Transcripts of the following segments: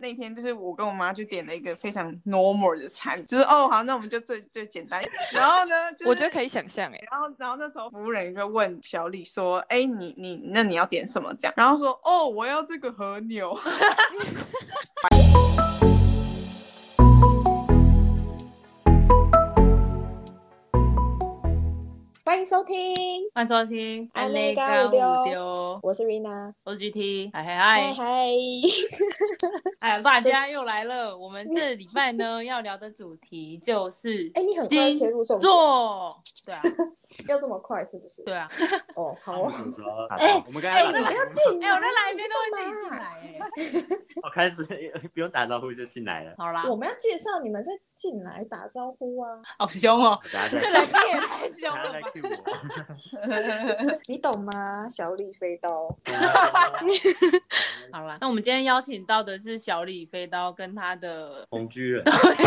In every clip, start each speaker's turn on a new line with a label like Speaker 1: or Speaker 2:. Speaker 1: 那天就是我跟我妈就点了一个非常 normal 的餐， 就是哦好，那我们就最最简单。然后 呢，就是、
Speaker 2: 我觉得可以想象哎、欸。
Speaker 1: 然后然后那时候服务人员就问小李说：“哎、欸，你你那你要点什么？”这样，然后说：“哦，我要这个和牛。”
Speaker 3: 欢迎收听，
Speaker 4: 欢迎收听，
Speaker 3: 安内
Speaker 4: 干
Speaker 3: 五丢
Speaker 4: 丢，
Speaker 3: 我是 Rina，
Speaker 4: 我是 GT，嗨
Speaker 3: 嗨
Speaker 4: 嗨
Speaker 3: 嗨，
Speaker 4: 哎，大家又来了。我们这礼拜 呢要聊的主题就是
Speaker 3: 哎，你很快切入重点，
Speaker 4: 做，对啊，
Speaker 3: 要这么快是不是？
Speaker 4: 对啊。
Speaker 3: 哦，好
Speaker 5: 我
Speaker 3: 哦，
Speaker 5: 们什么时候？
Speaker 4: 哎
Speaker 5: 我们刚
Speaker 3: 哎，
Speaker 5: 才
Speaker 3: 你
Speaker 5: 打
Speaker 3: 不要
Speaker 5: 招
Speaker 3: 进
Speaker 4: 哎、
Speaker 3: 来，
Speaker 4: 我的来宾都会自己进来哎、
Speaker 5: 呼，哦开始 不用打招呼就进来了。
Speaker 4: 好啦，
Speaker 3: 我们要介绍你们再进来打招呼啊，
Speaker 4: 好凶哦、
Speaker 5: 大家
Speaker 4: 这
Speaker 5: 在
Speaker 4: 来宾也太凶
Speaker 5: 大家
Speaker 4: 了
Speaker 5: 在
Speaker 4: 吧！
Speaker 5: Q 我，
Speaker 3: 你懂吗？小李飞刀，
Speaker 5: 啊
Speaker 4: 好啦，那我们今天邀请到的是小李飞刀跟他的
Speaker 5: 同居了，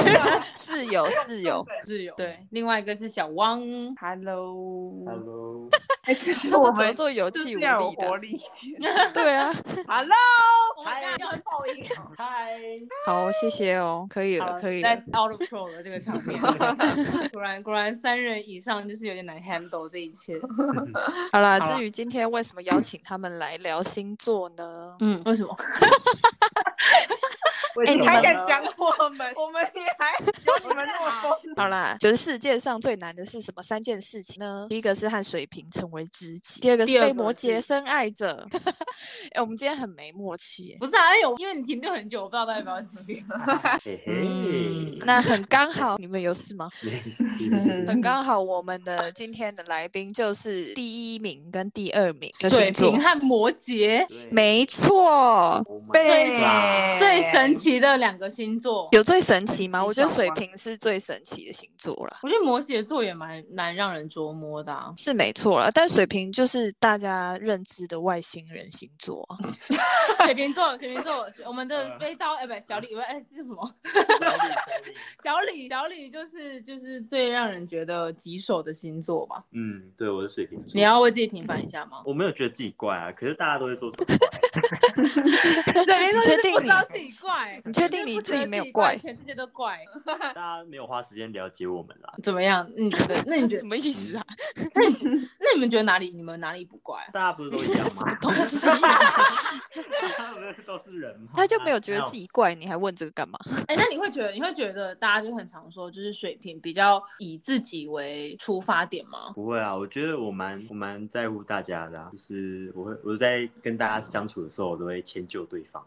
Speaker 2: 室友室 友，
Speaker 4: 室友，对，另外一个是小汪。
Speaker 1: Hello，
Speaker 5: Hello，
Speaker 1: 哎，可是
Speaker 2: 他
Speaker 1: 我
Speaker 2: 们怎么
Speaker 1: 们
Speaker 2: 做有
Speaker 1: 哎就是
Speaker 2: 气无
Speaker 1: 要有
Speaker 2: 力
Speaker 1: 活
Speaker 2: 的？
Speaker 1: 力一点。
Speaker 2: 对 啊，
Speaker 1: Hello，
Speaker 4: 我们刚刚报应，
Speaker 5: 嗨，
Speaker 2: 好，谢谢哦，可以了，可以
Speaker 4: 在
Speaker 2: 了。
Speaker 4: out of control 的这个场面， 果然果然三人以上就是有点难 handle 这一切。
Speaker 2: 好啦，
Speaker 4: 好啦
Speaker 2: 至于今天为什么邀请他们来聊星座呢？
Speaker 4: 嗯，为什么？
Speaker 5: 为
Speaker 2: 哎
Speaker 5: 什
Speaker 1: 你
Speaker 5: 么
Speaker 1: 还
Speaker 5: 呢
Speaker 1: 敢讲我们？ 我们也还有你们那么疯。
Speaker 2: 好
Speaker 4: 嗯
Speaker 2: 啦，就是世界上最难的是什么三件事情呢？第一个是和水瓶成为知己，第二个是
Speaker 4: 第二
Speaker 2: 被
Speaker 4: 个
Speaker 2: 摩羯
Speaker 4: 是
Speaker 2: 深爱着。 哎，我们今天很没默契 耶。
Speaker 4: 不是啊，因为我因为你停顿很久，我不知道到底要不要接。
Speaker 5: 嘿
Speaker 4: 嗯
Speaker 5: 嘿，
Speaker 2: 那很刚好，你们有事吗？
Speaker 5: 没事没 事
Speaker 4: 嗯
Speaker 2: 很刚好，我们的今天的来宾就是第一名跟第二名的
Speaker 4: 水
Speaker 2: 星座
Speaker 4: 瓶，和摩羯
Speaker 5: 对
Speaker 2: 没错。
Speaker 5: Oh my
Speaker 1: 被
Speaker 5: 哇
Speaker 4: 最神奇的两个星座，
Speaker 2: 有最神奇吗？
Speaker 1: 奇
Speaker 2: 我觉得
Speaker 1: 小
Speaker 2: 水
Speaker 1: 花
Speaker 2: 瓶是最神奇的星座了，
Speaker 4: 我觉得摩羯座也蛮难让人琢磨的、啊。
Speaker 2: 是没错了。但水瓶就是大家认知的外星人星座 啊，
Speaker 4: 水瓶座，水瓶座，我们
Speaker 2: 嗯
Speaker 4: 的飞刀，哎、不不，小李，哎、是什么？小李，小李就是就是最让人觉得棘手的星座吧？
Speaker 5: 嗯，对，我是水瓶座。
Speaker 4: 你要为自己平反一下吗？
Speaker 5: 我没有觉得自己怪啊，可是大家都会说是怪。
Speaker 4: 水瓶座就是不知道自己怪，
Speaker 2: 你确定你
Speaker 4: 就是不觉
Speaker 2: 自
Speaker 4: 得
Speaker 2: 己没有
Speaker 4: 怪？
Speaker 2: 怪
Speaker 4: 全世界都怪，
Speaker 5: 大家没有花时间了解我们啦。
Speaker 4: 怎么样？你觉得？那你觉
Speaker 2: 什
Speaker 4: 得？
Speaker 2: 么意思 啊？
Speaker 4: 那你们觉得哪里？你们哪里不怪啊？
Speaker 5: 大家不是都一样吗？
Speaker 2: 东西，
Speaker 5: 大家不是都是人吗？啊
Speaker 2: 他就没有觉得自
Speaker 5: 己
Speaker 2: 己怪，你还问这个干嘛？
Speaker 4: 哎、那你会觉得，你会觉得大家就很常说，就是水瓶比较以自己为出发点吗？
Speaker 5: 不会啊，我觉得我蛮我蛮在乎大家的、啊，就是我会我在跟大家相处的时候，我都会迁就对方，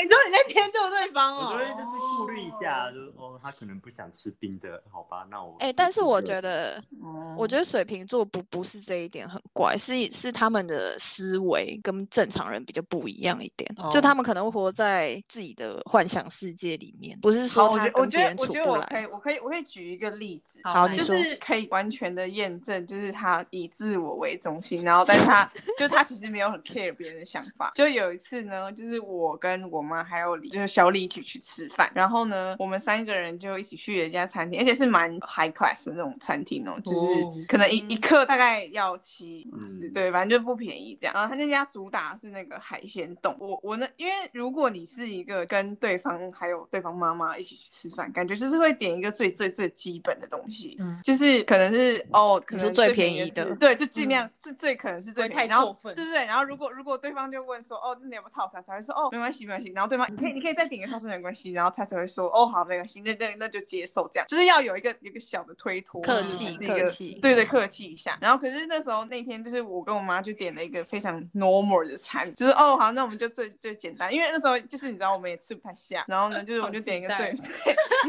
Speaker 4: 你说你在迁就对方
Speaker 5: 我都
Speaker 4: 哦
Speaker 5: 会？就是顾虑一下，就是哦，他可能不想吃冰的，好吧，那我
Speaker 2: 哎、但是我觉
Speaker 5: 得
Speaker 2: 得，
Speaker 1: 我
Speaker 2: 我觉得水瓶座不不是这一点很怪，是是他们的思维跟正常人比较不一样一点，就
Speaker 4: 哦
Speaker 2: 他们可能会活在自己的幻想世界里面，不是
Speaker 1: 好，
Speaker 2: 说
Speaker 1: 哦我
Speaker 2: 他
Speaker 1: 觉得我
Speaker 2: 跟
Speaker 1: 觉
Speaker 2: 别
Speaker 1: 得
Speaker 2: 人
Speaker 1: 我
Speaker 2: 处
Speaker 1: 觉得
Speaker 2: 不
Speaker 1: 我
Speaker 2: 来。
Speaker 1: 可以，我可以，我可以举一个例子，
Speaker 4: 好
Speaker 2: 好
Speaker 4: 来
Speaker 2: 你
Speaker 1: 就
Speaker 2: 说
Speaker 1: 是可以完全的验证，就是他以自我为中心，然后但是他就他其实没有很 care 别人的想法。就有一次呢，就是我跟我妈还有李，就是小李一起去吃饭，然后呢，我们三个人就一起去了一家餐厅，而且是蛮 high class 的那种餐厅哦，
Speaker 4: 哦
Speaker 1: 就是可能一一克大概要七
Speaker 5: 嗯
Speaker 1: 是对，反正就不便宜这样。然后他那家主打是那个海鲜冻，我我那因为如果你是一个跟对方还有对方妈妈一起去吃饭，感觉就是会点一个最最最基本的东西，
Speaker 4: 嗯
Speaker 1: 就是可能是哦，可
Speaker 2: 你
Speaker 1: 能
Speaker 2: 说最
Speaker 1: 便
Speaker 2: 便宜
Speaker 1: 是
Speaker 2: 的嗯
Speaker 1: 对，就尽量最、最可能是最
Speaker 4: 不会
Speaker 1: 便宜
Speaker 4: 太
Speaker 1: 然后
Speaker 4: 过分
Speaker 1: 对对对，然后如果如果对方就问说哦，那你要不要套餐，才会说哦没关系没关系，然后对方你可以你可以再点个套餐没关系，然后他才会说哦好没关系，那那那就接受这样，就是要有一个有一个小的推脱，
Speaker 2: 客
Speaker 1: 嗯
Speaker 2: 气
Speaker 1: 是一
Speaker 2: 客
Speaker 1: 个
Speaker 2: 气
Speaker 1: 对对，客气一下。然后可是那时候那天就是我跟我妈就点了一个非常 normal 的餐，就是哦好，那我们就最最简单，因为那时候就是你知道我们也吃不太下，然后呢就是我
Speaker 4: 好
Speaker 1: 就
Speaker 4: 期
Speaker 1: 点一个
Speaker 4: 待
Speaker 1: 最，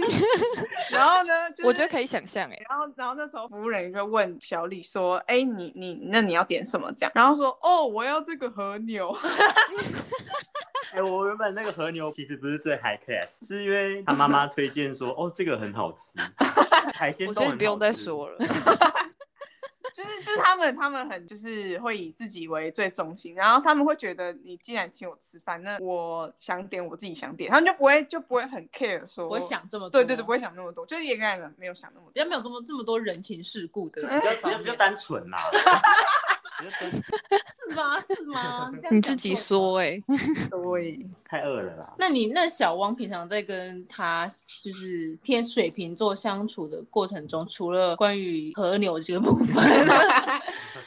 Speaker 1: 然后呢就是、
Speaker 2: 我觉得可以想象，哎，
Speaker 1: 然后，然后那时候服务人员就问小李说：“哎、你你那你要点什么？”这样，然后说：“哦，我要这个和牛。
Speaker 5: 哎、我原本那个和牛其实不是最 high class，是因为他妈妈推荐说，哦，这个很好吃，海鲜
Speaker 2: 我
Speaker 5: 冻
Speaker 2: 觉得你
Speaker 5: 很
Speaker 2: 不用
Speaker 5: 好
Speaker 2: 再
Speaker 5: 吃
Speaker 2: 说了。”
Speaker 1: 就是就是他们他们很就是会以自己为最中心，然后他们会觉得你既然请我吃饭，那我想点我自己想点，他们就不会就不会很 care 说
Speaker 4: 我想这么多，
Speaker 1: 对对对不会想那么多，就是也感人没有想那么
Speaker 4: 比较
Speaker 1: 多。
Speaker 4: 没有这么这么多人情世故的
Speaker 1: 嗯
Speaker 5: 比较比较比较单纯啦。你就真
Speaker 4: 是吗？是吗？这样
Speaker 2: 你
Speaker 4: 讲
Speaker 2: 自己
Speaker 4: 错了
Speaker 2: 说
Speaker 1: 哦
Speaker 2: 哎、
Speaker 1: 对，
Speaker 5: 太饿了啦。
Speaker 4: 那你那小汪平常在跟他就是天水瓶座相处的过程中，除了关于和牛这个部分，啊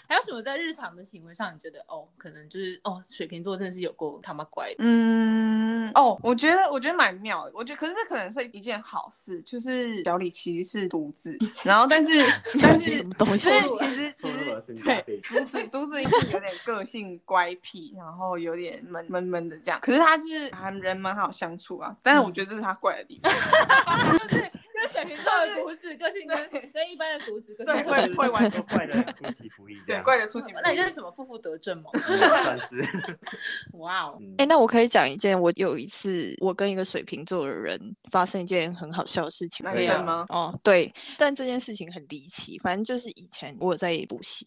Speaker 4: 还有什么在日常的行为上，你觉得哦，可能就是哦，水瓶座真的是有够他妈乖的，
Speaker 1: 嗯，哦，我觉得我觉得蛮妙的，我觉得可是这可能是一件好事，就是小李其实是独子，然后但是 但是
Speaker 2: 什么东西
Speaker 1: 就是其实其
Speaker 5: 错入了
Speaker 1: 实
Speaker 5: 身家
Speaker 1: 对。
Speaker 5: 背景，
Speaker 1: 独子独子一直有点个性乖僻，然后有点闷闷闷的这样。可是他就是还人蛮好相处啊，但是我觉得这是他怪的地方，
Speaker 5: 嗯
Speaker 4: 就是水瓶座的独子个性
Speaker 1: 对
Speaker 4: 跟跟一般的独子个
Speaker 1: 对
Speaker 4: 性
Speaker 1: 会会玩
Speaker 5: 都 怪的出其不意这
Speaker 1: 对，
Speaker 5: 样，
Speaker 1: 怪的出去。
Speaker 4: 那你这是什么负负得正吗？
Speaker 5: 嗯算是。
Speaker 4: 哇哦！
Speaker 5: 嗯
Speaker 2: 哎、那我可以讲一件，我有一次我跟一个水瓶座的人发生一件很好笑的事情。
Speaker 1: 男
Speaker 5: 可以啊
Speaker 1: 生吗？
Speaker 2: 哦，对，但这件事情很离奇。反正就是以前我有在补习，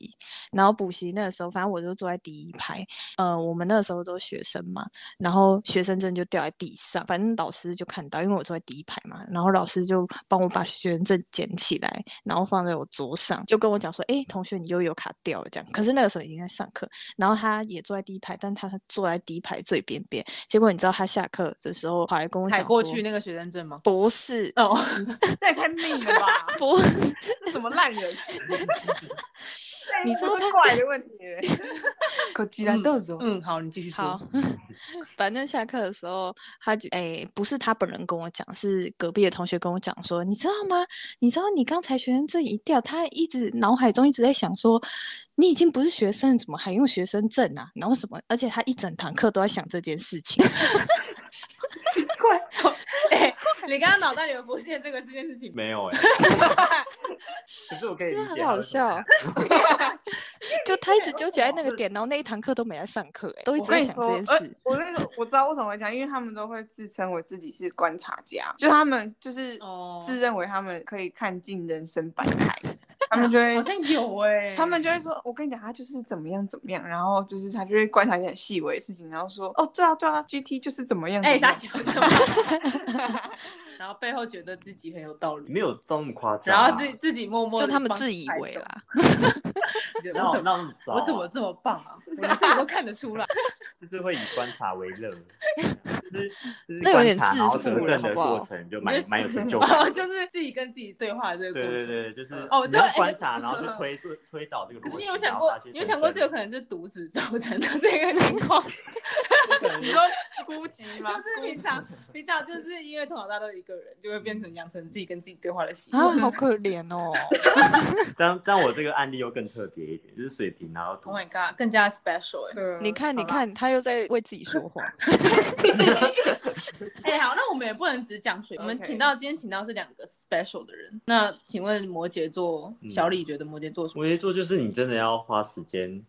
Speaker 2: 然后补习那个时候，反正我就坐在第一排。呃，我们那个时候都学生嘛，然后学生证就掉在地上，反正老师就看到，因为我坐在第一排嘛，然后老师就帮我把学生证捡起来，然后放在我桌上，就跟我讲说：“哎、同学，你悠游卡掉了。”这样。可是那个时候已经在上课，然后他也坐在第一排，但他坐在第一排最边边。结果你知道他下课的时候跑来跟我讲
Speaker 4: 踩过
Speaker 2: 说
Speaker 4: 去那个学生证吗？
Speaker 2: 不 是，
Speaker 4: 哦，
Speaker 1: 这也太命了吧！
Speaker 2: 不是。
Speaker 1: 这什么烂 人？
Speaker 2: 你知道
Speaker 1: 这是怪的问题耶。可既然都有，
Speaker 4: 嗯，好，你继续说。
Speaker 2: 好， 反正下课的时候，他就哎、不是他本人跟我讲，是隔壁的同学跟我讲说，你知道吗？你知道你刚才学生证一掉，他一直脑海中一直在想说，你已经不是学生了，怎么还用学生证啊？然后什么？而且他一整堂课都在想这件事情。
Speaker 4: 哎，你刚刚脑袋里有浮现这个这件事情吗？
Speaker 5: 没有哎、可是 我可以理
Speaker 2: 真
Speaker 5: 解
Speaker 2: 的很
Speaker 5: 他
Speaker 2: 好
Speaker 5: 为什
Speaker 2: 笑
Speaker 5: 么，
Speaker 2: 就他一直纠结在 那个点，然后那一堂课都没来上课、哎，都一
Speaker 1: 我
Speaker 2: 直
Speaker 1: 跟你
Speaker 2: 在想
Speaker 1: 说
Speaker 2: 这件，
Speaker 1: 呃
Speaker 2: 事。
Speaker 1: 我跟你说，我知道为什么会讲，因为他们都会自称为自己是观察家，就他们就是
Speaker 4: 哦
Speaker 1: 自认为他们可以看尽人生百态，他们就会
Speaker 4: 好像有哎，
Speaker 1: 他们就会说，我跟你讲，他就是怎么样怎么样，然后就是他就会观察一些很细微的事情，然后说，哦，对啊对啊，GT 就是怎么样
Speaker 4: 哎，
Speaker 1: 怎么
Speaker 4: 傻
Speaker 1: 样
Speaker 4: 小子， 然后背后觉得自己很有道理，
Speaker 5: 没有到那么夸张
Speaker 4: 然
Speaker 5: 啊、
Speaker 4: 后自自己默默
Speaker 2: 就
Speaker 4: 地
Speaker 2: 他们
Speaker 4: 帮
Speaker 2: 自
Speaker 4: 己
Speaker 2: 以
Speaker 4: 带
Speaker 2: 为
Speaker 4: 动，
Speaker 2: 啦，
Speaker 4: 觉得
Speaker 5: 哪有
Speaker 4: 我怎么
Speaker 5: 那么糟啊、
Speaker 4: 我怎么这么棒啊？我连自己都看得出来，
Speaker 5: 就是会以观察为乐，就是就是
Speaker 2: 那有
Speaker 5: 观
Speaker 2: 点
Speaker 5: 察
Speaker 2: 自
Speaker 5: 然后
Speaker 2: 负
Speaker 5: 得
Speaker 2: 了
Speaker 5: 证
Speaker 2: 好
Speaker 5: 的
Speaker 2: 不好
Speaker 5: 过程就蛮蛮有成 就
Speaker 4: 然 后
Speaker 5: 感。
Speaker 4: 哦就是自己跟自己对话这个过
Speaker 5: 对对
Speaker 4: 程。
Speaker 5: 对，就是
Speaker 4: 哦
Speaker 5: 你
Speaker 4: 这
Speaker 5: 要
Speaker 4: 哎
Speaker 5: 观
Speaker 4: 这
Speaker 5: 察，然后去推推导这个
Speaker 4: 可
Speaker 5: 逻
Speaker 4: 是
Speaker 5: 辑，
Speaker 4: 你有想
Speaker 5: 然后
Speaker 4: 过
Speaker 5: 发现，
Speaker 4: 你有想过这有可能是独子造成的这个情况？
Speaker 5: 能可能
Speaker 1: 你说估计吗？
Speaker 4: 就是平常平常就是因为从小到大都一个人，就会变成养成自己跟自己对话的习惯。
Speaker 2: 啊， 好可怜哦。
Speaker 1: 啊
Speaker 5: 这样这样我这个案例又更特别一点，就是水平，然后独
Speaker 4: Oh my
Speaker 5: 子
Speaker 4: god，更加 special 哎、
Speaker 1: 对啊
Speaker 2: 你看，你，看，他又在 为自己说谎。
Speaker 4: 哎、好，那我们也不能只讲水，我们
Speaker 1: OK
Speaker 4: 请到今天请到是两个 special 的人。那请问摩羯座，
Speaker 5: 嗯
Speaker 4: 小李觉得摩羯座什么？
Speaker 5: 摩羯座就是你真的要花时间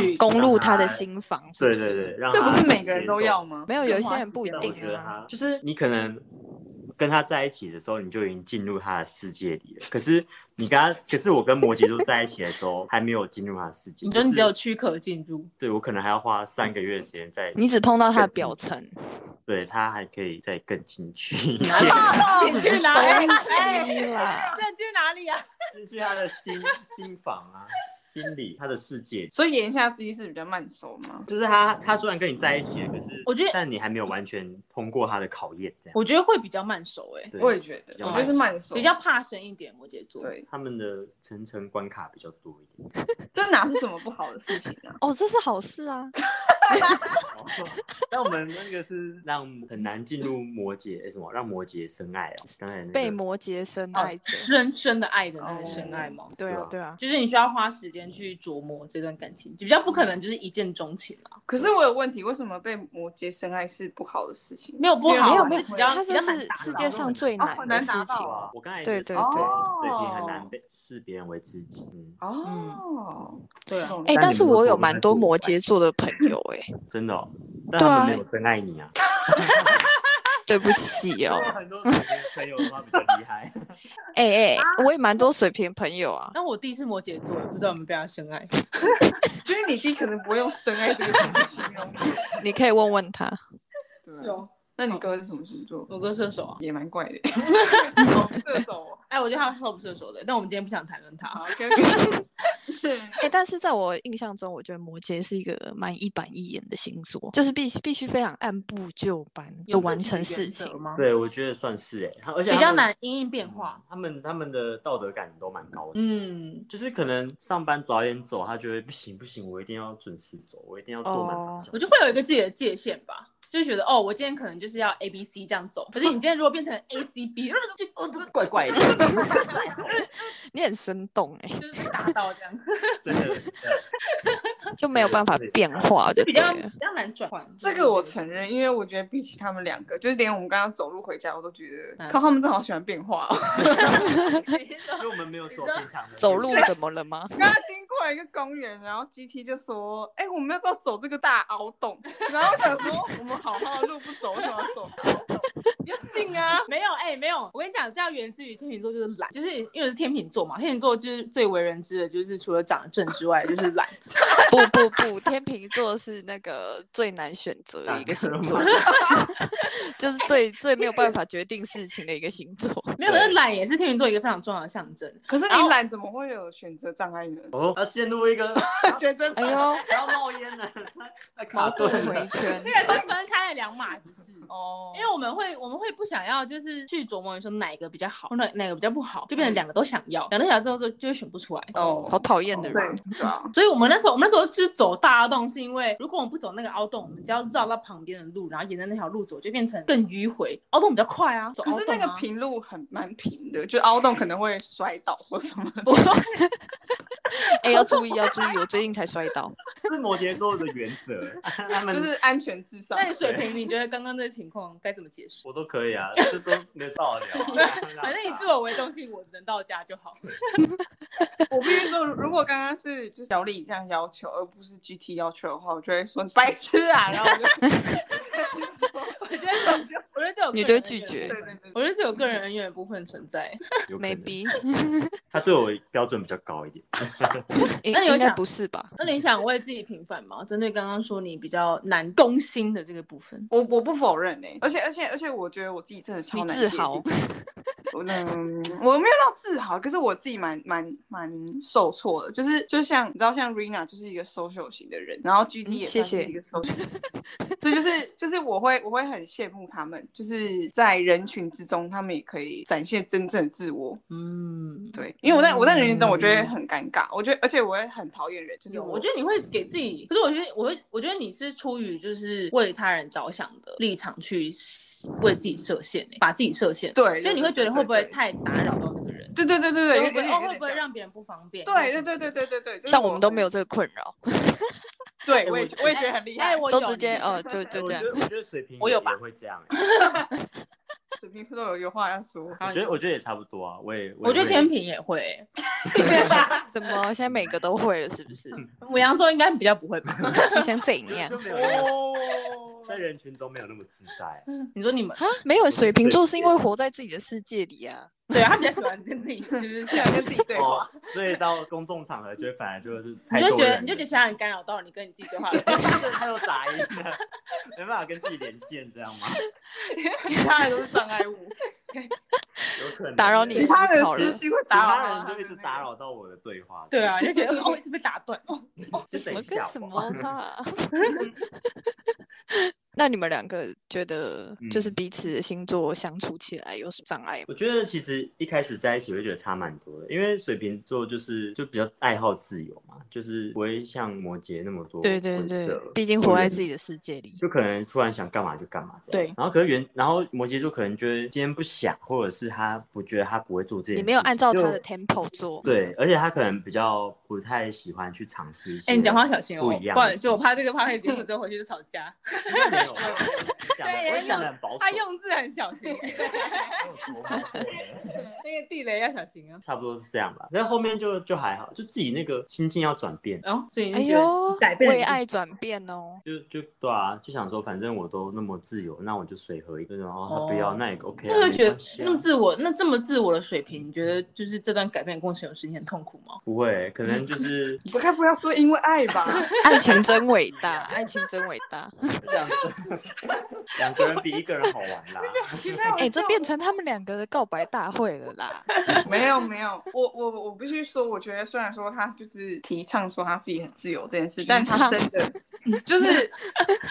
Speaker 4: 去
Speaker 2: 攻入
Speaker 5: 让
Speaker 2: 他的心房，是
Speaker 5: 对
Speaker 2: 不是
Speaker 5: 对对，让
Speaker 1: 好吧这不
Speaker 5: 他
Speaker 1: 是每个人
Speaker 5: 接
Speaker 1: 都
Speaker 5: 受
Speaker 1: 要吗？
Speaker 2: 啊没有，有一些
Speaker 4: 花
Speaker 2: 人
Speaker 4: 时
Speaker 2: 不一
Speaker 4: 间
Speaker 5: 但
Speaker 2: 定
Speaker 5: 我觉得
Speaker 2: 啊。
Speaker 5: 他就是你可能跟他在一起的时候，你就已经进入他的世界里了。可是你跟他，可是我跟摩羯座在一起的时候，还没有进入他的世 界。
Speaker 4: 你
Speaker 5: 就
Speaker 4: 说你
Speaker 5: 是
Speaker 4: 只有躯壳进 入，
Speaker 5: 对我可能还要花三个月的时间再，
Speaker 2: 你只碰到他的
Speaker 5: 更
Speaker 2: 表
Speaker 5: 进
Speaker 2: 层，
Speaker 5: 对他还可以再更进去一点，
Speaker 4: 你去哪 里？
Speaker 2: 东西啦。
Speaker 4: 这去哪里啊？
Speaker 5: 进去他的心心房啊，心里他的世界。
Speaker 1: 所以言下之意是比较慢熟吗？
Speaker 5: 就是他，他虽然跟你在一起了，可是
Speaker 4: 我觉得
Speaker 5: 但你还没有完全通过他的考验，这样。
Speaker 4: 我觉得会比较慢熟、哎，
Speaker 5: 对
Speaker 1: 我也觉得
Speaker 5: 比，较
Speaker 1: 我就是慢熟，
Speaker 4: 比较怕生一点。摩羯座，
Speaker 1: 对，
Speaker 5: 他们的层层关卡比较多一点。
Speaker 1: 这哪是什么不好的事情啊？
Speaker 2: 哦，这是好事啊！
Speaker 5: 哦那我们那个是让很难进入摩羯，诶什么让摩羯深爱哦？刚才那个
Speaker 2: 被摩羯深爱哦着。
Speaker 4: 哦深深的爱的那个深爱吗？
Speaker 2: 对
Speaker 5: 是
Speaker 2: 啊
Speaker 5: 啊，
Speaker 2: 对啊。
Speaker 4: 就是你需要花时间去琢磨这段感情，比较不可能就是一见钟情啊，
Speaker 1: 可是我有问题，为什么被摩羯深爱是不好的事情？
Speaker 4: 没有不
Speaker 2: 没
Speaker 4: 好
Speaker 2: 有
Speaker 4: 啊
Speaker 2: 没有
Speaker 4: 是比，较
Speaker 2: 他
Speaker 4: 比
Speaker 2: 这
Speaker 4: 较难
Speaker 2: 是
Speaker 4: 达
Speaker 2: 世
Speaker 4: 到
Speaker 2: 界
Speaker 4: 的
Speaker 2: 上最
Speaker 1: 哦
Speaker 2: 难
Speaker 1: 很
Speaker 2: 的
Speaker 1: 难
Speaker 2: 事
Speaker 1: 达到
Speaker 2: 情。
Speaker 1: 哦
Speaker 5: 哇我刚才
Speaker 2: 对
Speaker 5: 也
Speaker 2: 对
Speaker 5: 觉得是
Speaker 1: 对
Speaker 5: 水平很难被视别人为知己。嗯，
Speaker 1: 哦，
Speaker 4: 对啊。
Speaker 2: 哎，
Speaker 5: 但
Speaker 2: 但
Speaker 5: 你
Speaker 2: 是
Speaker 5: 们都
Speaker 2: 我有
Speaker 5: 做得
Speaker 2: 蛮
Speaker 5: 太
Speaker 2: 多
Speaker 5: 过
Speaker 2: 摩
Speaker 5: 分
Speaker 2: 羯座的朋友，哎，
Speaker 5: 真的、哦，但
Speaker 2: 对啊
Speaker 5: 他们没有深爱你 啊。
Speaker 2: 对不起 哦，
Speaker 5: 很多水瓶朋友的话比较厉害，
Speaker 2: 哎哎，我也蛮多水瓶朋友啊。
Speaker 4: 那我弟是摩羯座，不知道有没有被他深爱。
Speaker 1: 就是 啊你弟可能不会用深爱这个词去形容你。
Speaker 2: 你可以问问他，
Speaker 1: 对啊，
Speaker 4: 哦，
Speaker 1: 那你哥是什么星座？
Speaker 4: 我哥射手啊，
Speaker 1: 也蛮怪的， 射手哦。
Speaker 4: 哎，我觉得他射不射手的，但我们今天不想谈论他。
Speaker 1: 好，OK，OK。
Speaker 2: 哎、但是在我印象中，我觉得摩羯是一个蛮一板一眼的星座，就是必须必须非常按部就班的
Speaker 4: 有自
Speaker 2: 完
Speaker 4: 己
Speaker 2: 成
Speaker 4: 原
Speaker 2: 事
Speaker 4: 则
Speaker 2: 情。
Speaker 4: 吗？
Speaker 5: 对，我觉得算是哎，他而且
Speaker 4: 比
Speaker 5: 他
Speaker 4: 较
Speaker 5: 们嗯
Speaker 4: 难因应变化。
Speaker 5: 他们他们的道德感都蛮高的，
Speaker 4: 嗯，
Speaker 5: 就是可能上班早点走，他觉得不行不行，我一定要准时走，我一定要做满八
Speaker 2: 哦
Speaker 5: 小时。
Speaker 4: 我就会有一个自己的界限吧。就觉得哦，我今天可能就是要 A B C 这样走，可是你今天如果变成 A C B，就
Speaker 5: 怪怪的，
Speaker 2: 你很生动哎、
Speaker 4: 就是打到这样，
Speaker 5: 真的是这样
Speaker 2: 就没有办法
Speaker 5: 对
Speaker 2: 变化，就
Speaker 4: 比
Speaker 2: 对
Speaker 4: 较
Speaker 2: 了。
Speaker 4: 比较难转换。
Speaker 1: 这个我承认，因为我觉得比起他们两个，就是连我们刚刚走路回家，我都觉得，
Speaker 4: 嗯
Speaker 1: 靠，他们真的好喜欢变化哦。
Speaker 5: 因为我们没有走平常的
Speaker 2: 走路怎么了吗？
Speaker 1: 刚刚经过一个公园，然后 GT 就说：“哎、我们要不要走这个大凹洞？”然后我想说，我们好好的路不走，为什么要走？
Speaker 4: 就近啊，没有哎、没有。我跟你讲，这要源自于天秤座就是懒，就是因为我是天秤座嘛，天秤座就是最为人知的，就是除了长得正之外，就是懒。
Speaker 2: 不不不，天秤座是那个最难选择的一个星座，就是最最没有办法决定事情的一个星座。
Speaker 4: 没有，可是懒也是天秤座一个非常重要的象征。
Speaker 1: 可是
Speaker 4: 然
Speaker 1: 你
Speaker 4: 后
Speaker 1: 懒怎么会有选择障碍呢？
Speaker 5: 哦，他陷入一 个
Speaker 1: 选择
Speaker 2: 哎呦，
Speaker 5: 不要冒烟了， 他他卡
Speaker 2: 矛
Speaker 5: 顿
Speaker 2: 盾
Speaker 5: 啊了
Speaker 2: 回。圈
Speaker 4: 这。个是分开了两码子事。
Speaker 1: 哦，
Speaker 4: 因为我们会，我们会不想要，就是去琢磨说哪一个比较好，或者哪个比较不好，就变成两个都想要，两个都想要之后就就会选不出来。
Speaker 1: 嗯哦，
Speaker 2: 好讨厌的
Speaker 1: 对
Speaker 2: 人，
Speaker 1: 对啊，
Speaker 4: 所以我们那时候，我们那时候就是走大凹洞，是因为如果我们不走那个凹洞，我们只要绕到旁边的路，然后沿着那条路走，就变成更迂回。凹洞比较快啊，走
Speaker 1: 可是
Speaker 4: 凹洞
Speaker 1: 那个
Speaker 4: 啊
Speaker 1: 平路很蛮平的，就凹洞可能会摔倒或什么的。
Speaker 2: 哎、要注意，要注意！我最近才摔倒，
Speaker 5: 是摩羯座的原则，他
Speaker 4: 嗯
Speaker 5: 们
Speaker 1: 就是安全至上
Speaker 4: 那。你水瓶，你觉得刚刚这个情况该怎么解释？
Speaker 5: 我都可以啊，这都没有少聊啊。
Speaker 4: 反正以自我为中心，我能到家就好。
Speaker 1: 我必须说，如果刚刚是就是小李这样要求，而不是 GT 要求的话，我就会说你白痴啊，然后我就
Speaker 4: 我觉得这种，我觉得这种
Speaker 2: 你就会拒绝
Speaker 1: 对对对。
Speaker 4: 我觉得是有个人恩怨的部分存在。
Speaker 5: 有可能
Speaker 2: maybe
Speaker 5: 他对我标准比较高一点。
Speaker 2: 应
Speaker 4: 那你有
Speaker 2: 应该
Speaker 4: 想
Speaker 2: 不是吧？
Speaker 4: 那你想为自己平反吗？针对刚刚说你比较难攻心的这个部分，
Speaker 1: 我我不否认哎、而且而且而且，我觉得我自己真的超
Speaker 2: 你
Speaker 1: 难
Speaker 2: 自
Speaker 1: 界
Speaker 2: 豪
Speaker 1: 定。我嗯，我没有到自豪，可是我自己蛮蛮蛮受挫的，就是就像你知道，像 Rina 就是一个 social 型的人，然后 GT
Speaker 2: 嗯
Speaker 1: 也
Speaker 2: 谢
Speaker 1: 算是
Speaker 2: 谢
Speaker 1: 一 个 social，所以就是就是我会我会很羡慕他们，就是在人群之中，他们也可以展现真正的自我。
Speaker 4: 嗯，
Speaker 1: 对，因为我在我在人群中，我觉得很尴尬，我觉得而且我会很讨厌人，就是
Speaker 4: 有，
Speaker 1: 我
Speaker 4: 我觉得你会给自己，可是我觉得我会，我觉得你是出于就是为他人着想的立场去为自己设限、欸，把自己设限。
Speaker 1: 对对
Speaker 4: 所以你会觉得
Speaker 1: 对
Speaker 4: 会不会
Speaker 1: 对
Speaker 4: 太打扰到那个人？
Speaker 1: 对对对对对，
Speaker 4: 会
Speaker 1: 有
Speaker 4: 不会
Speaker 1: 点
Speaker 4: 哦
Speaker 1: 有
Speaker 4: 会
Speaker 1: 点
Speaker 4: 不会
Speaker 1: 这样
Speaker 4: 让别人不方便？
Speaker 1: 对对对对对对对，就是
Speaker 2: 像我们都
Speaker 1: 会
Speaker 2: 没有，这个困扰，
Speaker 1: 对我也我也觉得很厉害
Speaker 4: 哎，。我
Speaker 2: 都
Speaker 4: 有
Speaker 2: 直接
Speaker 4: 你
Speaker 2: 哦，就就
Speaker 5: 我
Speaker 2: 这
Speaker 5: 觉
Speaker 2: 样
Speaker 5: 得。我觉得水瓶
Speaker 4: 我有吧
Speaker 5: 也会这样欸。
Speaker 1: 水瓶座有有话要说，
Speaker 5: 我觉得我觉得也差不多啊，我也
Speaker 4: 我觉得
Speaker 5: 也
Speaker 4: 天平也会、欸，
Speaker 2: 怎么现在每个都会了，是不是？
Speaker 5: 嗯
Speaker 4: 母羊座应该比较不会吧？
Speaker 2: 你想怎
Speaker 5: 就
Speaker 2: 样
Speaker 5: 就没有那 么
Speaker 1: 哦，
Speaker 5: 在人群中没有那么自在。
Speaker 4: 你说你们
Speaker 2: 啊？没有，水瓶
Speaker 5: 对
Speaker 2: 座是因为活在自己的世界里啊。
Speaker 4: 对啊，他比较喜欢跟自己就是
Speaker 1: 这样跟自己对话。
Speaker 5: 哦，所以到公众场合就会反而就是
Speaker 4: 你
Speaker 5: 太
Speaker 4: 就
Speaker 5: 多
Speaker 4: 觉
Speaker 5: 人
Speaker 4: 得
Speaker 5: 了，
Speaker 4: 你就觉得其他人干扰到你跟你自己对话了。
Speaker 5: 太有杂音了，没办法跟自己连线，这样吗？
Speaker 1: 其他人都是障碍物，
Speaker 5: 有可能
Speaker 2: 打扰你
Speaker 5: 其
Speaker 1: 其
Speaker 2: 思
Speaker 1: 他人
Speaker 2: 考了
Speaker 1: 私信会打扰
Speaker 5: 他
Speaker 1: 到
Speaker 5: 人
Speaker 1: 他
Speaker 5: 就一
Speaker 1: 的
Speaker 5: 直
Speaker 1: 那
Speaker 5: 打
Speaker 1: 个。
Speaker 5: 扰到我的对话，
Speaker 4: 对啊，就觉得哦，一直被打断。哦，
Speaker 5: 是
Speaker 2: 什
Speaker 5: 等
Speaker 2: 么
Speaker 5: 一
Speaker 2: 跟
Speaker 5: 下
Speaker 2: 什
Speaker 5: 吧
Speaker 2: 么啦？那你们两个觉得，就是
Speaker 5: 嗯
Speaker 2: 彼此的星座相处起来有什么障碍吗？
Speaker 5: 我觉得其实一开始在一起会觉得差蛮多的，因为水瓶座就是就比较爱好自由嘛，就是不会像摩羯那么多
Speaker 2: 对对
Speaker 5: 规
Speaker 2: 对
Speaker 5: 则，
Speaker 2: 毕竟
Speaker 5: 或
Speaker 2: 活
Speaker 5: 者
Speaker 2: 在
Speaker 5: 是
Speaker 2: 自己的世界里。
Speaker 5: 就可能突然想干嘛就干嘛这样。
Speaker 4: 对
Speaker 5: 然后可是原，然后摩羯座可能觉得今天不想，或者是他不觉得他不会做这件事情，
Speaker 2: 你没有按照他的
Speaker 5: 就
Speaker 2: tempo 做，
Speaker 5: 对，而且他可能比较不太喜欢去尝试一些。
Speaker 4: 哎，你讲话小心哦，
Speaker 5: 不一样
Speaker 4: 不
Speaker 5: 的
Speaker 4: 然就我怕
Speaker 5: 事
Speaker 4: 这个 p o d 结束之后回去就吵架。
Speaker 5: 没有，没有我讲的
Speaker 4: 对
Speaker 5: 我讲的很保守，
Speaker 4: 他用字很小 心，
Speaker 5: 我有琢磨过的
Speaker 4: 那个地雷要小心啊。
Speaker 5: 差不多是这样吧。但后面就就还好，就自己那个心境要转变，
Speaker 4: 哦，所以
Speaker 2: 哎
Speaker 4: 你就觉得
Speaker 2: 呦
Speaker 4: 你改，变了
Speaker 2: 为
Speaker 4: 你自
Speaker 2: 爱转变 哦。
Speaker 5: 就就对啊，就想说反正我都那么自由，那我就随和一点，然后他不要、
Speaker 4: 哦
Speaker 5: 那也 OK 啊。
Speaker 4: 那会
Speaker 5: 没
Speaker 4: 觉得
Speaker 5: 关系啊
Speaker 4: 那么自我，那这么自我的水平，你觉得就是这段改变的过程有时你很痛苦吗？
Speaker 5: 不会，可能就是
Speaker 1: 你不该不要说 因为爱吧？
Speaker 2: 爱情真伟大，爱情真伟大。
Speaker 5: 这样子。两个人比一个人好玩啦。
Speaker 2: 哎、这变成他们两个的告白大会了 啦！
Speaker 1: 没有没有，我我我必须说，我觉得虽然说他就是提倡说他自己很自由这件事，
Speaker 2: 提
Speaker 1: 但他
Speaker 2: 倡
Speaker 1: 真的就是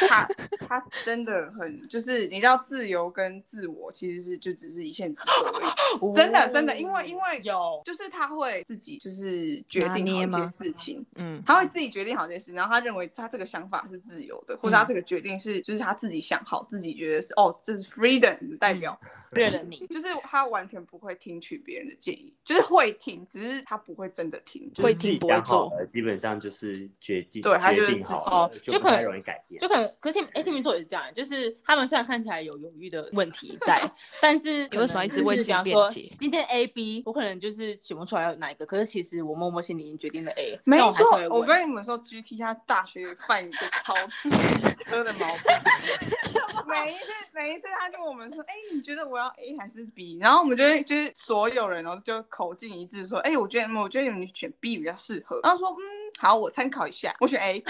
Speaker 1: 他他真的很就是你知道自由跟自我其实是就只是一线之隔而已， 真的真的，因为因为
Speaker 4: 有
Speaker 1: 就是他会自己就是决
Speaker 2: 哦拿捏
Speaker 1: 定好一
Speaker 2: 吗
Speaker 1: 些事情，
Speaker 2: 嗯，
Speaker 1: 他会自己决定好这件事，然后他认为他这个想法是自由的，或者
Speaker 2: 嗯
Speaker 1: 他这个决定是就是他自己想好，自己觉得是哦，这是 freedom 的代
Speaker 2: 嗯
Speaker 1: 表，
Speaker 4: 略了你，
Speaker 1: 就是他完全不会听取别人的建议，就是会听，只是他不会真的听。
Speaker 5: 就是
Speaker 2: 会
Speaker 5: 自己
Speaker 2: 听不会
Speaker 5: 讲好
Speaker 2: 做
Speaker 5: 了，基本上就是决定
Speaker 1: 对他就
Speaker 5: 决
Speaker 1: 是
Speaker 5: 定
Speaker 1: 自己
Speaker 5: 好了，
Speaker 4: 哦
Speaker 5: 就
Speaker 4: 就
Speaker 5: 不
Speaker 4: 可
Speaker 5: 太
Speaker 4: 能
Speaker 5: 容易改变
Speaker 4: 就。可能可是天哎天秤座也是这样，就是他们虽然看起来有犹豫的问题 在，但是
Speaker 2: 你为什么一直为自己辩解？
Speaker 4: 今天 A B，我可能就是选不出来要哪一个，可是其实我默默心里已经决定了 A，
Speaker 1: 没
Speaker 4: 但我还是
Speaker 1: 错
Speaker 4: 会，
Speaker 1: 我
Speaker 4: 问
Speaker 1: 跟你们说，GT 他大学犯一个超机车的毛病，每一次每一次他就问我们说，哎、你觉得我要 A 还是 B？然后我们就会就是所有人哦就口径一致说，哎、我觉得我觉得你们选 B 比较适合。然后说，嗯，好，我参考一下，我选 A。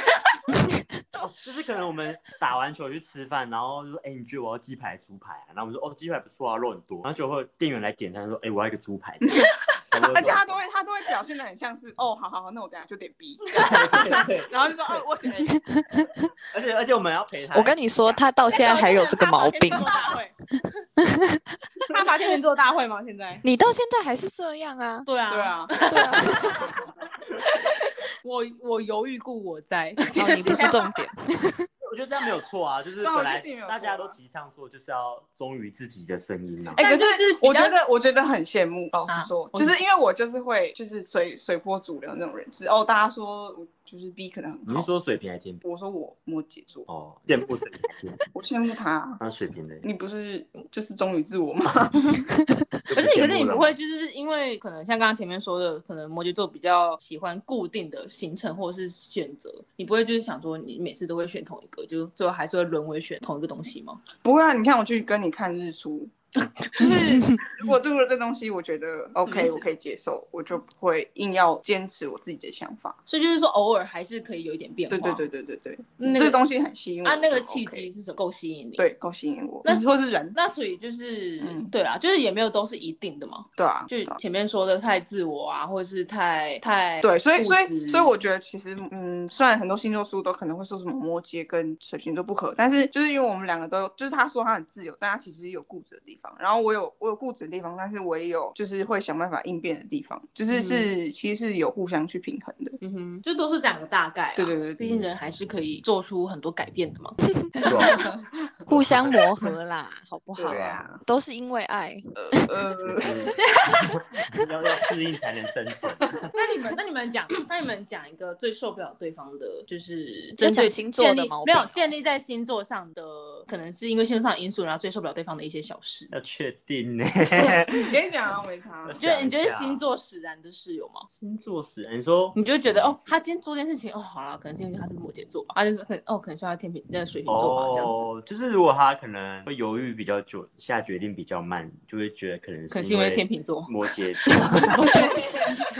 Speaker 5: 哦就是可能我们打完球去吃饭，然后就说：“哎、你觉得我要鸡排、猪排啊？”然后我们说：“哦，鸡排不错啊，肉很多。”然后就会店员来点餐说：“哎、我要一个猪排。这样”差不 多
Speaker 1: 而且他
Speaker 5: 这
Speaker 1: 都
Speaker 5: 样
Speaker 1: 会，他都会表现的很像是哦，好好好，那我等下就点 B，
Speaker 5: 对对对
Speaker 1: 然后就说哦，我选 A，
Speaker 5: 而且而且我们要陪他。啊
Speaker 2: 我跟你说，他到现在还有这个毛病，
Speaker 4: 他发天秤座大会吗？现在？
Speaker 2: 你到现在还是这样 啊？
Speaker 4: 对啊，
Speaker 1: 对，啊，
Speaker 2: 对啊，
Speaker 4: 我我犹豫故我 在，
Speaker 2: 哦，你不是重点，
Speaker 5: 我觉得这样没有错啊，就是
Speaker 1: 对啊我
Speaker 5: 本
Speaker 1: 觉得
Speaker 5: 来
Speaker 1: 自己没有
Speaker 5: 大家
Speaker 1: 错啊
Speaker 5: 都提倡说就是要忠于自己的声音嘛。啊
Speaker 1: 哎、可
Speaker 4: 但就是是比
Speaker 1: 我
Speaker 4: 较
Speaker 1: 觉得，我觉得很羡慕。老实
Speaker 4: 啊
Speaker 1: 说，
Speaker 4: 我
Speaker 1: 就是因为我就是会，就是随随波逐流那种人，就是哦，大家说我就是 B 可能很
Speaker 5: 你是
Speaker 1: 好，
Speaker 5: 说水平还是天平？
Speaker 1: 我说我摩羯座，
Speaker 5: 哦，店不水平还是天平，
Speaker 1: 我羡慕他。啊
Speaker 5: 那水 平的
Speaker 1: 你不是就是忠于自我吗？
Speaker 5: 可
Speaker 4: 可是你可是你不会，就是因为可能像刚刚前面说的，可能摩羯座比较喜欢固定的行程或者是选择，你不会就是想说你每次都会选同一个，就最后还是会沦为选同一个东西吗？
Speaker 1: 不会啊，你看我去跟你看日出，就是如果这个这东西我觉 得 OK，
Speaker 4: 思
Speaker 1: 我可以接受，我就不会硬要坚持我自己的想法。
Speaker 4: 所以就是说偶尔还是可以有一点变化。
Speaker 1: 对对对对对对，
Speaker 4: 那个
Speaker 1: 这个东西很吸引我。
Speaker 4: 啊，那
Speaker 1: 我
Speaker 4: 个
Speaker 1: 就
Speaker 4: 契
Speaker 1: OK
Speaker 4: 机是什么够吸引你？，
Speaker 1: 对够吸引我，
Speaker 4: 那
Speaker 1: 或是人
Speaker 4: 那所以就是、
Speaker 1: 嗯
Speaker 4: 对啦，就是也没有都是一定的嘛，
Speaker 1: 对啊，
Speaker 4: 就
Speaker 1: 对啊
Speaker 4: 前面说的太自我啊，或者是太太
Speaker 1: 对，所以
Speaker 4: 固
Speaker 1: 所以
Speaker 4: 执
Speaker 1: 所以我觉得其实嗯，虽然很多星座书都可能会说什么摩羯跟水瓶座不合，但是就是因为我们两个都就是他说他很自由，但他其实有固执的地方，然后我有我有固执的地方，但是我也有就是会想办法应变的地方，就是是、其实是有互相去平衡的。
Speaker 4: 嗯哼，就都是讲个大概、啊。
Speaker 1: 对对对对
Speaker 4: 毕竟人还是可以做出很多改变的嘛。
Speaker 5: 对
Speaker 2: 互相磨合啦，好不好？
Speaker 1: 对啊，
Speaker 2: 都是因为爱，
Speaker 1: 呃，
Speaker 5: 吧啊 要要适应才能生存。
Speaker 4: 那你们那你们讲，那你们讲一个最受不了对方的，就是
Speaker 2: 要
Speaker 4: 针对
Speaker 2: 讲星座
Speaker 4: 建
Speaker 2: 的
Speaker 4: 立
Speaker 2: 毛
Speaker 4: 没有
Speaker 2: 病
Speaker 4: 建立在星座上的，可能是因为星座上的因素，然后最受不了对方的一些小事。
Speaker 1: 呃
Speaker 5: 要确定呢、
Speaker 1: 跟你讲啊，没差
Speaker 5: 我。
Speaker 4: 你觉得
Speaker 5: 想一
Speaker 4: 你觉得
Speaker 5: 下
Speaker 4: 星座使然的事有吗？
Speaker 5: 星座是你说，
Speaker 4: 你就会觉得哦，他今天做这件事情哦，好了，可能是因为他是摩羯座吧，他就是可能哦，可能是他天平那个水瓶座吧，这样子，
Speaker 5: 哦，就是如果他可能会犹豫比较久，下决定比较慢，就会觉得可能
Speaker 4: 可能
Speaker 5: 是
Speaker 4: 是因为天秤座
Speaker 5: 摩羯座，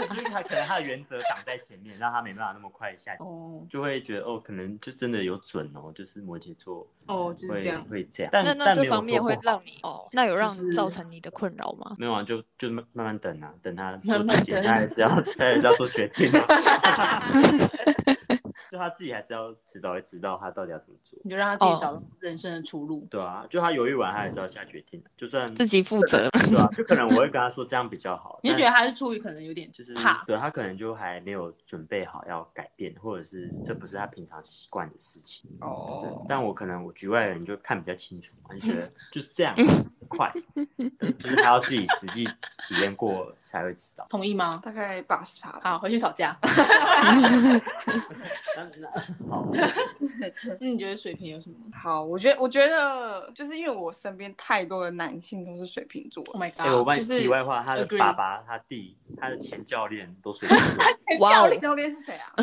Speaker 5: 就是他可能他的原则挡在前面，让他没办法那么快下，
Speaker 4: 哦
Speaker 5: 就会觉得哦，可能就真的有准哦，就是摩羯座
Speaker 4: 哦，就
Speaker 5: 会
Speaker 4: 是这样。
Speaker 5: 会这样，但
Speaker 2: 那那
Speaker 5: 但
Speaker 2: 这
Speaker 5: 没有
Speaker 2: 方面
Speaker 5: 说
Speaker 2: 会
Speaker 5: 不好
Speaker 2: 让你哦，那有让
Speaker 4: 就是
Speaker 2: 造成你的困扰吗？
Speaker 5: 没有啊，就就慢慢慢等啊，等他做
Speaker 4: 慢慢
Speaker 5: 决
Speaker 4: 等
Speaker 5: 定，他 还是要他还是要做决定啊， 就他自己还是要迟早会知道他到底要怎么做。
Speaker 4: 你就让他自己
Speaker 2: 哦
Speaker 4: 找到人生的出路。
Speaker 5: 对啊，就他犹豫完，他还是要下决定的。啊就算
Speaker 2: 自己负责，
Speaker 5: 对啊，就可能我会跟他说这样比较好。
Speaker 4: 你就
Speaker 5: 但
Speaker 4: 觉得他是出于可能有点
Speaker 5: 就是
Speaker 4: 怕，
Speaker 5: 对他可能就还没有准备好要改变，或者是这不是他平常习惯的事情。对
Speaker 1: 哦，
Speaker 5: 但我可能我局外人就看比较清楚嘛，就觉
Speaker 4: 嗯
Speaker 5: 得就是这样快，但就是他要自己实际体验过才会知道。
Speaker 4: 同意吗？
Speaker 1: 大概八十趴。
Speaker 4: 好，回去吵架。
Speaker 5: 那
Speaker 4: 啊
Speaker 5: 那好，
Speaker 4: 那你觉得水瓶有什么
Speaker 1: 好，我觉得我觉得就是因为我身边太多的男性都是水瓶座，
Speaker 4: ？Oh my
Speaker 5: 哎、我
Speaker 4: god！
Speaker 5: 帮你
Speaker 1: 就是
Speaker 5: 题外话，他的
Speaker 4: agree
Speaker 5: 爸爸、他弟、他的前教练都水瓶 座。
Speaker 2: 哇
Speaker 1: 教
Speaker 2: 哦
Speaker 1: 练教练是谁啊？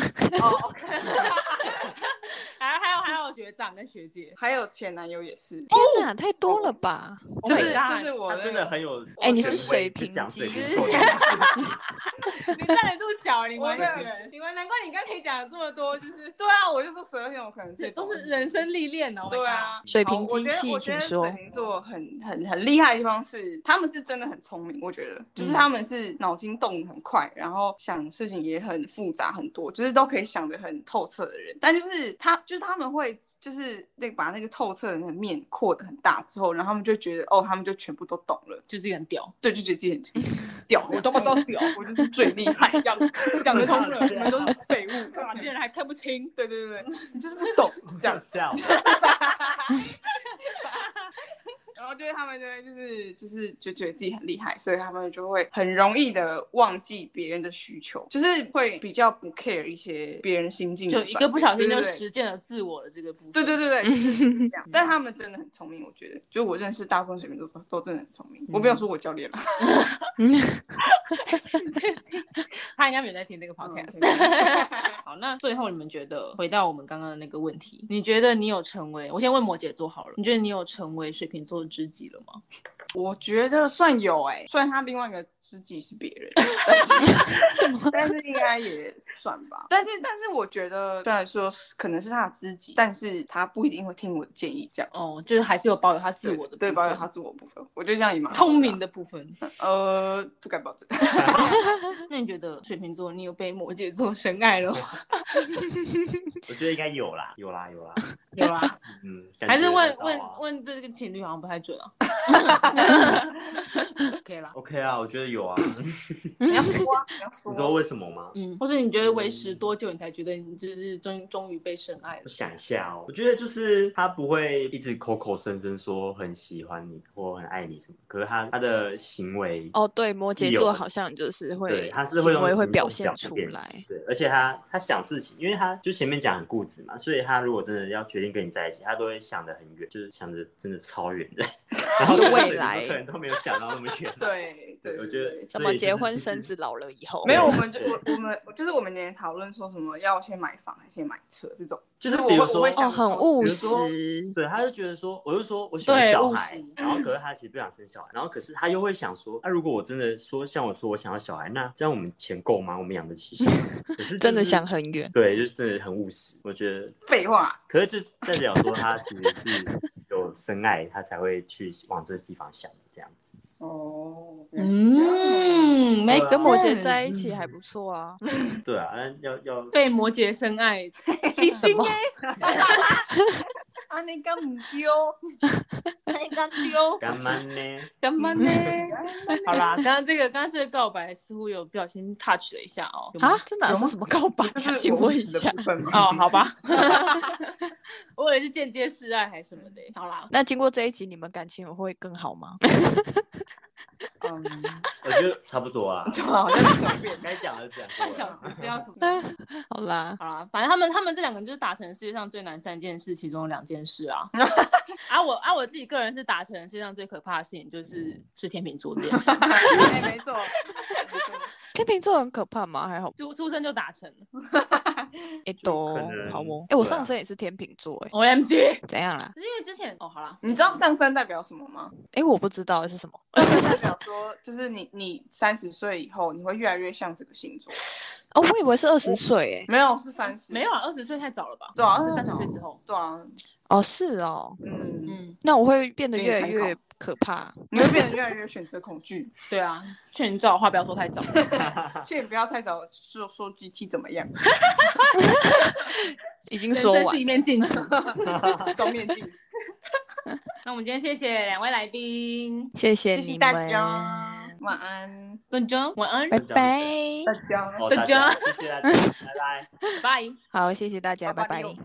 Speaker 4: 还还有还有学长跟学姐，
Speaker 1: 还有前男友也是，
Speaker 2: 天哪，太多了吧？
Speaker 1: 就是
Speaker 4: Oh my god
Speaker 1: 就是我
Speaker 5: 他
Speaker 1: 那
Speaker 5: 真
Speaker 1: 个
Speaker 5: 的很有，
Speaker 1: 哎你是
Speaker 2: 水瓶
Speaker 5: 讲
Speaker 2: 机
Speaker 5: 水瓶座，
Speaker 4: 你站得住脚，啊你
Speaker 1: 我
Speaker 4: 完
Speaker 1: 没有
Speaker 4: 全，
Speaker 1: 你们难怪你刚才可以讲了这么多，就是对啊，我就说十二星座可能最
Speaker 4: 这都
Speaker 1: 懂
Speaker 4: 是人生历练哦。
Speaker 1: 对，啊，
Speaker 2: 水
Speaker 1: 好
Speaker 2: 瓶
Speaker 1: 我
Speaker 2: 机
Speaker 1: 觉得
Speaker 2: 器
Speaker 1: 我觉
Speaker 2: 请
Speaker 1: 得
Speaker 2: 说
Speaker 1: 水瓶座很很很厉害的地方是，他们是真的很聪明，我觉得就是他们是脑筋动得很快，然后想事情也很复杂很多，就是都可以想得很透彻的人。但就是他就是他们会就是那把那个透彻的面扩得很大之后，然后他们就觉得哦，他们就全部都懂了，
Speaker 4: 就自己很屌。
Speaker 1: 对，就觉得自己很屌，我都不知道屌，我就是最厉害一样，讲得通了，你们都是废物，干嘛
Speaker 4: 竟然还看不清，
Speaker 1: 对对对，对你就是 不懂这样。
Speaker 5: 这样，
Speaker 1: 然后就是他们就会就是就是就觉得自己很厉害，所以他们就会很容易的忘记别人的需求，就是会比较不 care 一些别人心境的
Speaker 4: 就
Speaker 1: 转
Speaker 5: 嗯
Speaker 4: 一
Speaker 1: 变，
Speaker 4: 个不小心
Speaker 1: 对
Speaker 4: 就
Speaker 1: 对对
Speaker 4: 实践了自我的这个部分。
Speaker 1: 对对对对，就是 这样。但他们真的很聪明，我觉得，就我认识大部分水瓶座都都真的很聪明。我没有
Speaker 4: 嗯
Speaker 1: 说我教练了，
Speaker 4: 他应该没有在听这 个 podcast。好，那最后你们觉得，回到我们刚刚的那个问题，你觉得你有成为？我先问摩羯座好了，你觉得你有成为水瓶座的知己了吗？
Speaker 1: 我觉得算有哎、虽然他另外一个知己是别人， 但是应该也算吧。但是但是我觉得，虽然说是可能是他的知己，但是他不一定会听我的建议，这样。
Speaker 4: 哦，就是还是有保有他自我的部
Speaker 1: 对，
Speaker 4: 分，
Speaker 1: 保有他自我部分，我觉得这样也蛮好
Speaker 4: 聪明
Speaker 1: 的
Speaker 4: 的部分。
Speaker 1: 啊。呃，不敢保 证。
Speaker 4: 那你觉得水瓶座，你有被摩羯座深爱了吗？
Speaker 5: 我觉得应该有啦，有啦，有啦。
Speaker 4: 有啦，
Speaker 5: 嗯，
Speaker 4: 还是问问
Speaker 5: 问
Speaker 4: 问这个情侣好像不太准啊。可以啦，
Speaker 5: ？OK 啊，我觉 得有啊。
Speaker 1: 你要说啊，你要说
Speaker 5: 你
Speaker 1: 啊
Speaker 5: 知道为什么吗？
Speaker 4: 嗯，或者你觉得维持多久你才觉得你就是终终于被深爱了
Speaker 5: 我？想一下哦，我觉得就是他不会一直口口声声说很喜欢你或很爱你什么，可是他他的行为
Speaker 2: 哦，对，摩
Speaker 5: 是
Speaker 2: 羯
Speaker 5: 有
Speaker 2: 座
Speaker 5: 的
Speaker 2: 好像就是
Speaker 5: 对，
Speaker 2: 会
Speaker 5: 他是会
Speaker 2: 行
Speaker 5: 用
Speaker 2: 为会
Speaker 5: 行
Speaker 2: 表
Speaker 5: 动
Speaker 2: 现出
Speaker 5: 变
Speaker 2: 来。
Speaker 5: 对，而且他他想事情，因为他就前面讲很固执嘛，所以他如果真的要决定跟你在一起，他都会想得很远，就是想着真的超远的， 然后
Speaker 2: 就
Speaker 5: 可能
Speaker 2: 未
Speaker 5: 你们
Speaker 2: 来
Speaker 5: 可能都没有想到那么远。
Speaker 1: 对对，
Speaker 5: 我
Speaker 1: 对
Speaker 5: 觉得
Speaker 1: 对
Speaker 2: 什
Speaker 5: 所
Speaker 2: 么
Speaker 5: 以
Speaker 2: 结
Speaker 5: 就是
Speaker 2: 婚
Speaker 5: 其实
Speaker 2: 生子老了以后，
Speaker 1: 没有，我
Speaker 5: 对
Speaker 1: 们就我我们就是我们连讨论说什么要先买房还是先买车这种，
Speaker 5: 就是
Speaker 1: 我
Speaker 5: 比
Speaker 1: 会
Speaker 5: 如
Speaker 1: 我会
Speaker 5: 说
Speaker 1: 想
Speaker 2: 哦，很
Speaker 1: 说
Speaker 2: 务
Speaker 5: 比如说
Speaker 2: 实。
Speaker 5: 对，他就觉得说，我就说我喜欢
Speaker 4: 对
Speaker 5: 小
Speaker 4: 务
Speaker 5: 孩
Speaker 4: 实，
Speaker 5: 然后可是他其实不想生小孩，然后可是他又会想说，那、如果我真的说像我说我想要小孩，那这样我们钱够吗？我们养得起小孩？可是、
Speaker 2: 真的想，很远，
Speaker 5: 对，就是真的很务实，我觉得。
Speaker 1: 废话，
Speaker 5: 可是就代表说他其实是有深爱，他才会去往这个地方想这样子。
Speaker 1: 哦，
Speaker 4: 嗯，没
Speaker 5: 对啊
Speaker 2: 跟摩羯在一起还不错 啊。
Speaker 5: 对啊，但要要
Speaker 4: 被摩羯深爱，
Speaker 5: 哎
Speaker 4: 奇经耶，
Speaker 1: 啊，那个唔丢， 啊
Speaker 4: 哎干丢，
Speaker 5: 干嘛呢？
Speaker 4: 干嘛 呢？
Speaker 1: 嗯
Speaker 4: 好啦，刚刚这个刚刚这个告白似乎有不小心 touch 了一下哦。有吗
Speaker 2: 啊，这哪
Speaker 1: 有
Speaker 2: 是
Speaker 1: 吗
Speaker 2: 什么告 白
Speaker 1: 就
Speaker 2: 啊？
Speaker 1: 是
Speaker 2: 请
Speaker 1: 我务
Speaker 2: 问一
Speaker 1: 实
Speaker 2: 下
Speaker 1: 的，部分嘛。
Speaker 4: 哦，好吧，我以为是间接示爱还是什么的。好啦，
Speaker 2: 那经过这一集，你们感情会更好吗？
Speaker 4: 哦
Speaker 1: 嗯，
Speaker 5: 我觉得差不多啊，
Speaker 1: 对啊，好像是转变。
Speaker 5: 该讲的讲
Speaker 4: 看
Speaker 5: 过
Speaker 4: 小
Speaker 5: 了。
Speaker 4: 子是要怎么？
Speaker 2: 好啦，
Speaker 4: 好啦，反正他们他们这两个就是达成世界上最难三件事其中两件事 啊。啊我啊我自己个人是达成世界上最可怕的事情就是是天秤座这 件事，
Speaker 1: 哎没错，没错
Speaker 2: 天秤座很可怕吗？还好，
Speaker 4: 就出生就达成了。
Speaker 2: 哎都
Speaker 5: 能
Speaker 2: 好哦。哎，我
Speaker 5: 对啊
Speaker 2: 上身也是天秤座，哎，
Speaker 4: O M G，可
Speaker 2: 怎样啦？
Speaker 4: 是因为之前哦好啦，
Speaker 1: 你知道上升代表什么吗？
Speaker 2: 哎，我不知道是什么。
Speaker 1: 上升代表说，就是你你三十岁以后，你会越来越像这个星座。
Speaker 2: 哦，我以为是二十岁，哎。
Speaker 1: 没有，是三十，
Speaker 4: 没有啊，二十岁太早了吧？
Speaker 1: 对啊
Speaker 4: 是三十岁之后。
Speaker 1: 对啊，
Speaker 2: 哦，是哦。
Speaker 1: 嗯，
Speaker 4: 嗯，
Speaker 2: 那我会变得
Speaker 1: 给你
Speaker 2: 越来
Speaker 1: 参
Speaker 2: 越可怕。
Speaker 1: 你会变得越来越选择恐惧，
Speaker 4: 对啊，劝你最好话不要说太 早。
Speaker 1: 所以不要太早说说 GT 怎么样，
Speaker 2: 已经说
Speaker 4: 人生
Speaker 2: 完
Speaker 4: 是一，面镜子。
Speaker 1: 双面镜。
Speaker 4: 那我们今天谢谢两位来宾，
Speaker 2: 谢谢
Speaker 1: 谢
Speaker 2: 你
Speaker 1: 谢
Speaker 2: 们，
Speaker 1: 大家，晚安，
Speaker 4: 顿中晚安，
Speaker 1: 哎
Speaker 2: 拜
Speaker 5: 就这样
Speaker 2: 拜。
Speaker 5: 子
Speaker 1: 大家。
Speaker 5: 哦，大家谢谢大家，拜拜。
Speaker 4: 拜。
Speaker 2: 好，谢谢大家，拜
Speaker 1: 拜拜
Speaker 2: 拜
Speaker 1: 哟。